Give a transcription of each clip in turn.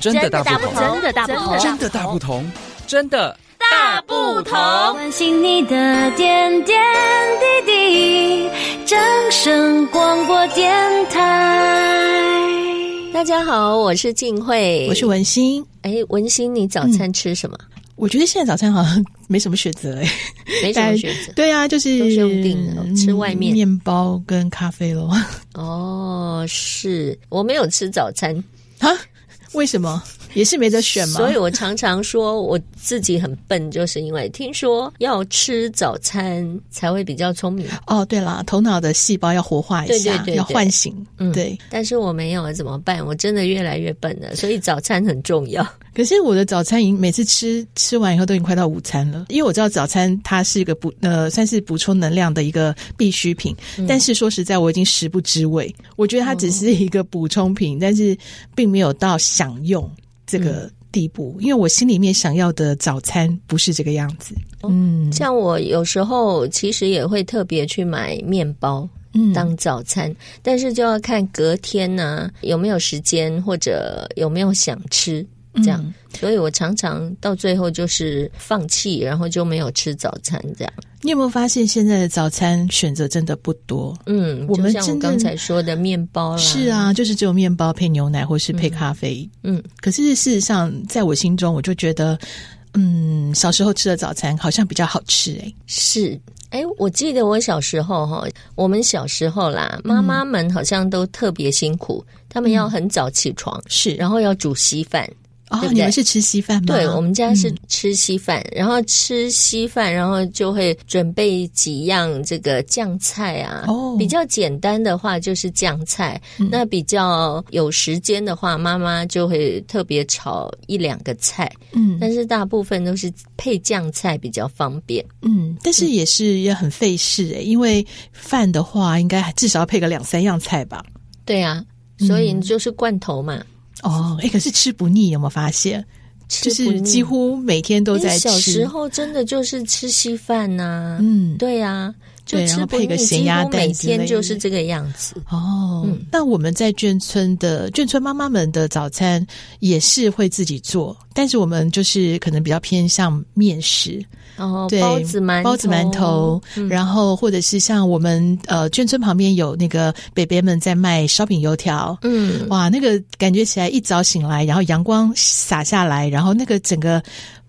真的大不同，真的大不同，真的大不同，真的大不同。关心你的点点滴滴，掌声广播电台。大家好，我是静慧，我是文心。哎，文心，你早餐吃什么？我觉得现在早餐好像 没什么选择哎、没什么选择。对啊，就是都是用订的嗯吃外面面包跟咖啡咯。 哦，是我没有吃早餐，啊？为什么？也是没得选吗？所以我常常说我自己很笨，就是因为听说要吃早餐才会比较聪明。哦，对啦，头脑的细胞要活化一下，对对对要对唤醒。嗯对， 但是我没有怎么办？我真的越来越笨了，所以早餐很重要。可是我的早餐已经每次吃吃完以后都已经快到午餐了，因为我知道早餐它是一个补呃算是补充能量的一个必需品，但是说实在我已经食不知味，我觉得它只是一个补充品，但是并没有到享用这个地步，因为我心里面想要的早餐不是这个样子。嗯像我有时候其实也会特别去买面包嗯当早餐，但是就要看隔天呢、有没有时间或者有没有想吃嗯这样。所以我常常到最后就是放弃，然后就没有吃早餐这样。你有没有发现现在的早餐选择真的不多？嗯，我们就像我真的刚才说的面包啦，是，啊，就是只有面包配牛奶或是配咖啡。嗯，可是事实上，在我心中，我就觉得，嗯，小时候吃的早餐好像比较好吃欸诶、是。哎，我记得我小时候哈，我们小时候嗯啦，妈妈们好像都特别辛苦，她们要很早起床，是然后要煮稀饭，哦，对不对你们是吃稀饭吗？对，我们家是嗯吃稀饭，然后吃稀饭，然后就会准备几样这个酱菜啊。哦比较简单的话就是酱菜，那比较有时间的话，妈妈就会特别炒一两个菜，嗯但是大部分都是配酱菜比较方便。嗯，但是也是也很费事诶、因为饭的话，应该至少要配个两三样菜吧。对啊，所以就是罐头嘛，哦，诶、可是吃不腻，有没有发现？吃就不是腻几乎每天都因为在吃。小时候真的就是吃稀饭呐、嗯，对啊，就对然吃后不配个腻，咸几鸭乎蛋每之天类就的是这个样子。哦嗯，那我们在眷村的眷村妈妈们的早餐也是会自己做，但是我们就是可能比较偏向面食，哦，对，包子馒头，嗯包子馒头，然后或者是像我们呃眷村旁边有那个北北们在卖烧饼油条，嗯，哇，那个感觉起来一早醒来，然后阳光洒下来，然后那个整个。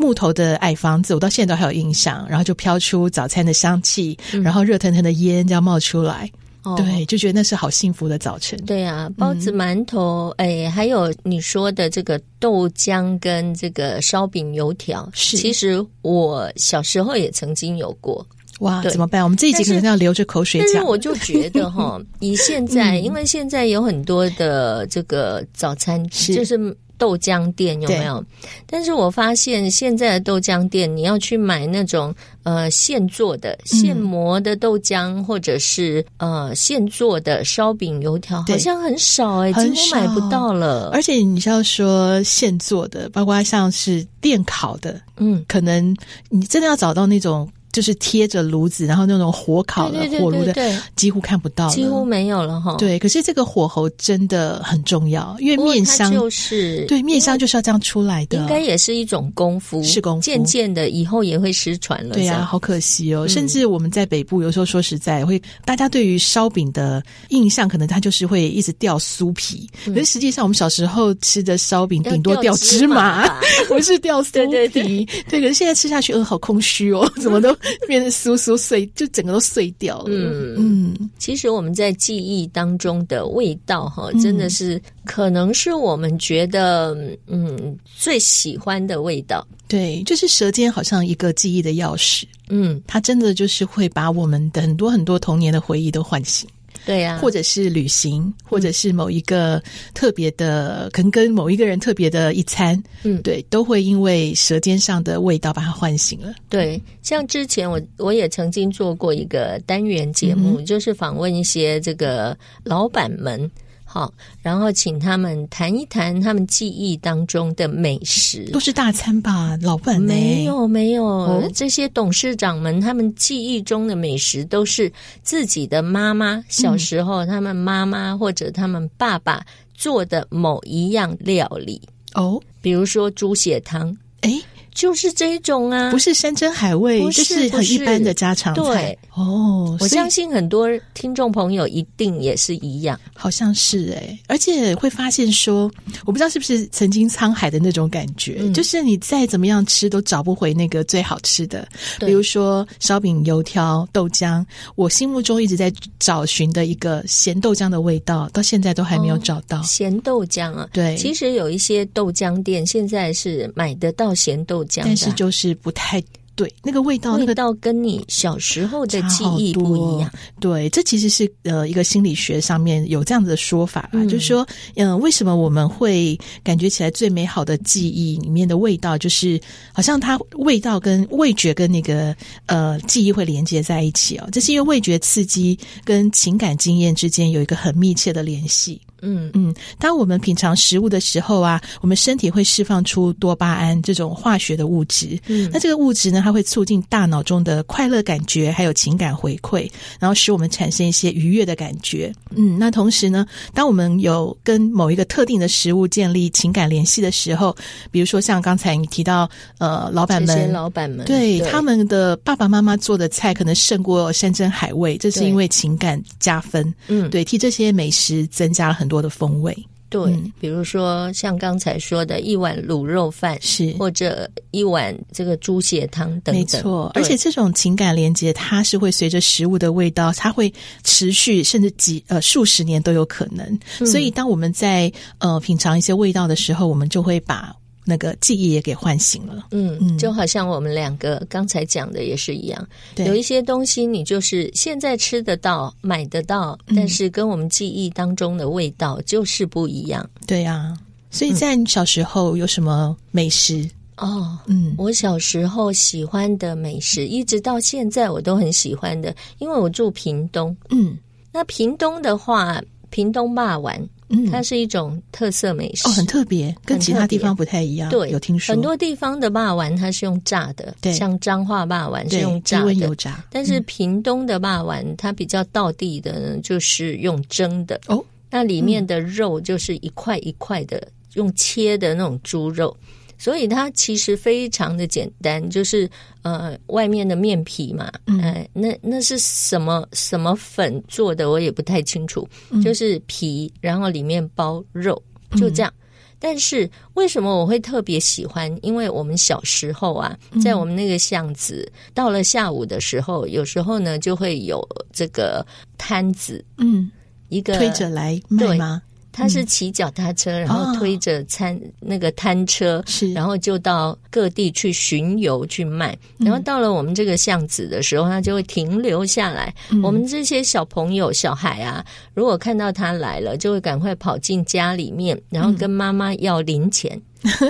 木头的矮房子，我到现在都还有印象。然后就飘出早餐的香气，嗯然后热腾腾的烟这样冒出来，哦对，就觉得那是好幸福的早晨。对啊，包子、馒头，嗯哎、还有你说的这个豆浆跟这个烧饼、油条，是其实我小时候也曾经有过，哇，对怎么办？我们这一集可能要流着口水但是讲。我就觉得 哈，以现嗯在，因为现在有很多的这个早餐是就是。豆浆店有没有？但是我发现现在的豆浆店，你要去买那种呃现做嗯的、现磨的豆浆，或者是呃现做的烧饼、油条，对好像很少哎、很几乎买不少到了。而且你是要说现做的，包括像是电烤的，嗯，可能你真的要找到那种就是贴着炉子，然后那种火烤的对对火炉对对的，对，几乎看不到了。几乎没有了哈。，对，可是这个火候真的很重要，因不为过面它香就是对面香就是要这样出来的。应该也是一种功夫，是功夫渐渐的，以后也会失传了。对这呀、样好可惜嗯哦。甚至我们在北部，有时候说实在会，大家对于烧饼的印象，可能它就是会一直掉酥皮。可是实际上，我们小时候吃的烧饼，要顶多掉掉芝芝麻麻吧， 不是掉酥皮。对对对对可是现在吃下去，呃，好空虚哦，怎么都变成酥酥碎，就整个都碎掉了。嗯嗯，其实我们在记忆当中的味道，哈，真的是、可能是我们觉得嗯最喜欢的味道。对，就是舌尖好像一个记忆的钥匙，嗯，它真的就是会把我们的很多很多童年的回忆都唤醒。对呀、或者是旅嗯行，或者是某一个特别的，可能跟某一个人特别的一餐，嗯对，都会因为舌尖上的味道把它唤醒了。对，像之前我我也曾经做过一个单元节目，就是访问一些这个老板们。好，然后请他们谈一谈他们记忆当中的美食都。是大餐吧，老板呢、没有没有，哦这些董事长们他们记忆中的美食都是自己的妈妈小时候他们妈妈或者他们爸爸做的某一样料理。哦，比如说猪血汤，哎，就是这一种啊。不是山珍海味，不就是很一般的家常不是菜对。哦，我所以相信很多听众朋友一定也是一样，好像是哎、而且会发现说，我不知道是不是曾经沧海的那种感觉，嗯就是你再怎么样吃都找不回那个最好吃的，对比如说烧饼、油条、豆浆，我心目中一直在找寻的一个咸豆浆的味道，到现在都还没有找到。咸豆浆啊。哦对哦其实有一些豆浆店现在是买得到咸豆浆的啊，但是就是不太对，那个味道，那味个道跟你小时候的差记好忆不多一样。对，这其实是呃一个心理学上面有这样子的说法啦，嗯就是说，嗯、为什么我们会感觉起来最美好的记忆里面的味道，就是好像它味道跟味觉跟那个呃记忆会连接在一起哦，这是因为味觉刺激跟情感经验之间有一个很密切的联系。嗯，嗯，当我们品尝食物的时候啊，我们身体会释放出多巴胺这种化学的物质。嗯那这个物质呢，它会促进大脑中的快乐感觉，还有情感回馈，然后使我们产生一些愉悦的感觉。嗯，那同时呢，当我们有跟某一个特定的食物建立情感联系的时候，比如说像刚才你提到，呃，老板这些们。老嗯板们对他们的爸爸妈妈做的菜，可能胜过山珍海味，这是对因为情感加分，嗯对，替这些美食增加了很多的风味。对嗯，比如说像刚才说的一碗卤肉饭，是或者一碗这个猪血汤等等，没错，对而且这种情感连接，它是会随着食物的味道，它会持续甚至几呃数十年都有可能。嗯所以，当我们在呃品尝一些味道的时候，我们就会把那个记忆也给唤醒了。嗯，嗯就好像我们两个刚才讲的也是一样，对有一些东西你就是现在吃得到、买得到，嗯但是跟我们记忆当中的味道就是不一样对啊，所以在你小时候有什么美食？哦。嗯，我小时候喜欢的美食，一直到现在我都很喜欢的，因为我住屏东。嗯那屏东的话，屏东霸丸，嗯，它是一种特色美食，哦，很特别，跟其他地方不太一样。对，有听说很多地方的霸丸它是用炸的，对像彰化霸丸是对用低炸温油的，炸，但是嗯屏东的霸丸它比较道地的呢，就是用蒸的。哦，那里面的肉就是一块一块的，用切的那种猪肉。所以它其实非常的简单，就是呃，外面的面皮嘛，嗯、那那是什么什么粉做的，我也不太清楚，嗯就是皮，然后里面包肉，就这样。但是为什么我会特别喜欢？因为我们小时候啊，嗯在我们那个巷子，到了下午的时候，有时候呢就会有这个摊子，嗯，一个推着来卖对吗？他是骑脚踏车，然后推着餐、那个摊车，是，然后就到各地去巡游去卖。然后到了我们这个巷子的时候，他就会停留下来。嗯我们这些小朋友、小孩啊，如果看到他来了，就会赶快跑进家里面，然后跟妈妈要零钱，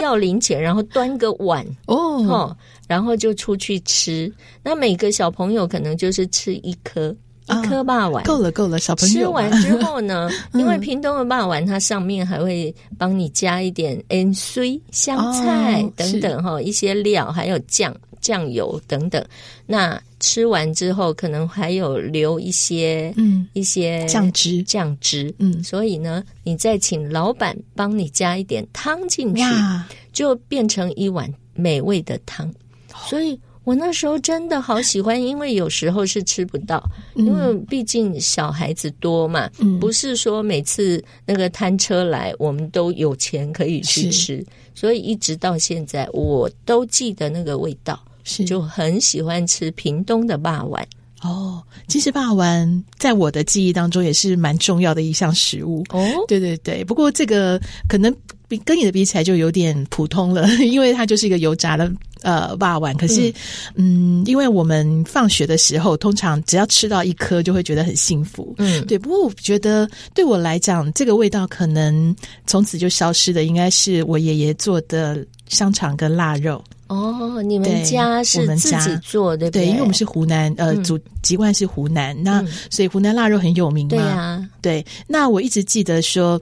要零钱，然后端个碗哦，哦，然后就出去吃。那每个小朋友可能就是吃一颗，一颗霸碗。够了够了，小朋友吃啊嗯完之后呢， 因为屏东的霸丸，它上面还会帮你加一点 N C 香菜哦等等哈、一些料，还有酱、酱油等等。那吃完之后，可能还有留一些、嗯。一些酱汁，酱汁。嗯，所以呢，你再请老板帮你加一点汤进去，哇，就变成一碗美味的汤。所以我那时候真的好喜欢，因为有时候是吃不到，嗯因为毕竟小孩子多嘛，不是说每次那个摊车来我们都有钱可以去是吃，所以一直到现在我都记得那个味道，是就很喜欢吃屏东的霸碗。哦。其实霸丸在我的记忆当中也是蛮重要的一项食物。哦，对对对，不过这个可能比跟你的比起来就有点普通了， 因为它就是一个油炸的呃霸丸。可是，嗯因为我们放学的时候，通常只要吃到一颗就会觉得很幸福。嗯，对，不过我觉得对我来讲，这个味道可能从此就消失的，应该是我爷爷做的香肠跟腊肉。哦，你们对家我是们自家己做对不对，因为我们是湖南，呃，嗯祖籍贯是湖南，那、嗯啊所以湖南腊肉很有名嘛。对呀、对那我一直记得说。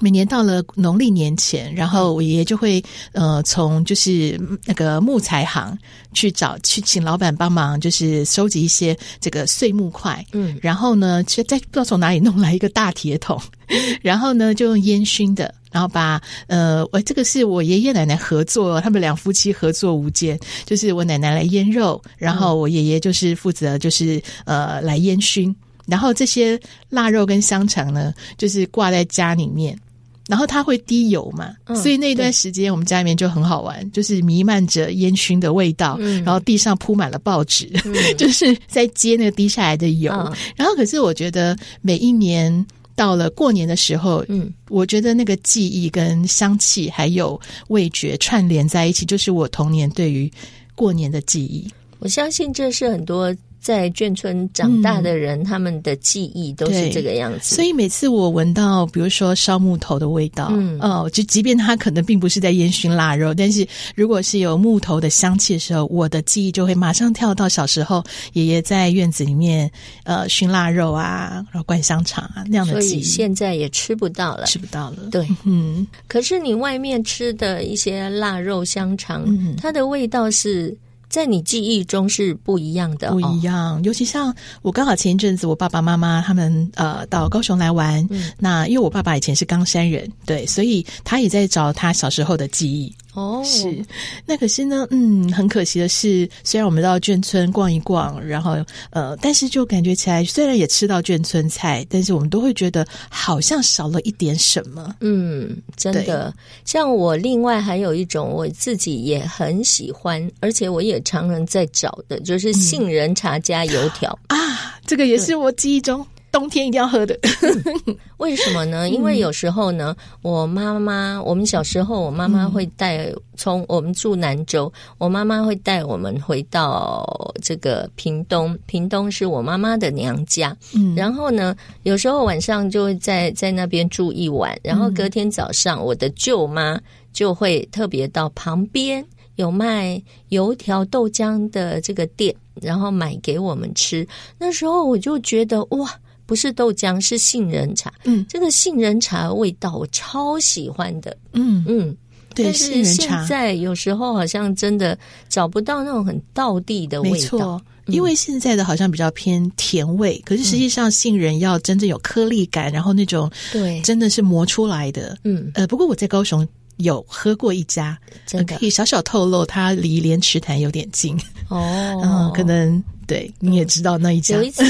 每年到了农历年前，然后我爷爷就会呃从就是那个木材行去找去请老板帮忙，就是收集一些这个碎木块，嗯，然后呢，就在不知道从哪里弄来一个大铁桶， 然后呢就用烟熏的。然后把呃，我这个是我爷爷奶奶合作，他们两夫妻合作无间，就是我奶奶来腌肉，然后我爷爷就是负责就是呃来烟熏，然后这些腊肉跟香肠呢，就是挂在家里面。然后它会滴油嘛，嗯所以那段时间我们家里面就很好玩，就是弥漫着烟熏的味道，嗯然后地上铺满了报纸， 就是在接那个滴下来的油。嗯然后可是我觉得每一年到了过年的时候，嗯，我觉得那个记忆跟香气还有味觉串联在一起，就是我童年对于过年的记忆。我相信这是很多在眷村长大的人、他们的记忆都是对这个样子。所以每次我闻到，比如说烧木头的味道，嗯哦，就即便它可能并不是在烟熏腊肉，但是如果是有木头的香气的时候，我的记忆就会马上跳到小时候爷爷在院子里面呃熏腊肉啊，然后灌香肠啊那样的所记以忆，现在也吃不到了。吃不到了。对，嗯，可是你外面吃的一些腊肉、香肠，嗯它的味道是在你记忆中是不一样的、哦，不一样。尤其像我刚好前一阵子，我爸爸妈妈他们呃到高雄来玩，嗯那因为我爸爸以前是冈山人，对，所以他也在找他小时候的记忆。哦。是，那可是呢，嗯，很可惜的是，虽然我们到眷村逛一逛，然后呃，但是就感觉起来，虽然也吃到眷村菜，但是我们都会觉得好像少了一点什么。嗯，真的。像我另外还有一种我自己也很喜欢，而且我也常常在找的，就是嗯杏仁茶加油条。这个也是我记忆中冬天一定要喝的。为什么呢？因为有时候呢，我妈妈，我们小时候，我妈妈会带从我们住南州，我妈妈会带我们回到这个屏东，屏东是我妈妈的娘家。嗯然后呢，有时候晚上就会在在那边住一晚，然后隔天早上，我的舅妈就会特别到旁边有卖油条豆浆的这个店，然后买给我们吃。那时候我就觉得哇。不是豆浆，是杏仁茶。嗯这个杏仁茶的味道我超喜欢的。嗯，嗯，对，但杏是仁现茶，在有时候好像真的找不到那种很道地的没味道。错。因为现在的好像比较偏甜味，可是实际上杏仁要真正有颗粒感，然后那种对，真的是磨出来的。嗯，呃，不过我在高雄有喝过一家，真的呃可以小小透露，它离莲池潭有点近。哦，嗯，可能对你也知道那一家有。一次，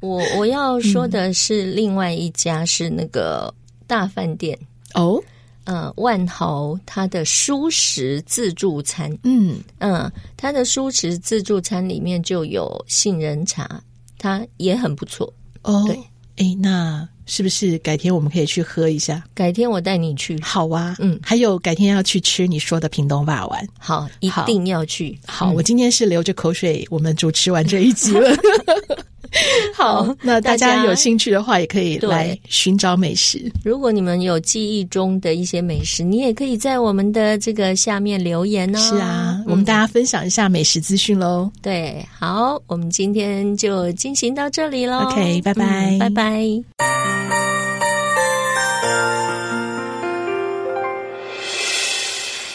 我我要说 嗯的是另外一家是那个大饭店，哦，呃，万豪它的舒适自助餐，嗯，嗯，它的舒适自助餐里面就有杏仁茶，它也很不错。哦对，哎，那是不是改天我们可以去喝一下？改天我带你去，好啊，嗯还有改天要去吃你说的屏东霸丸。好，一好定要去。嗯好，我今天是流着口水，我们主持完这一集 了。好那大大家家有兴趣的话，也可以对来寻找美食。如果你们有记忆中的一些美食，你也可以在我们的这个下面留言哦。是啊，我嗯们大家分享一下美食资讯喽。对，好，我们今天就进行到这里喽。 OK，拜拜嗯拜拜。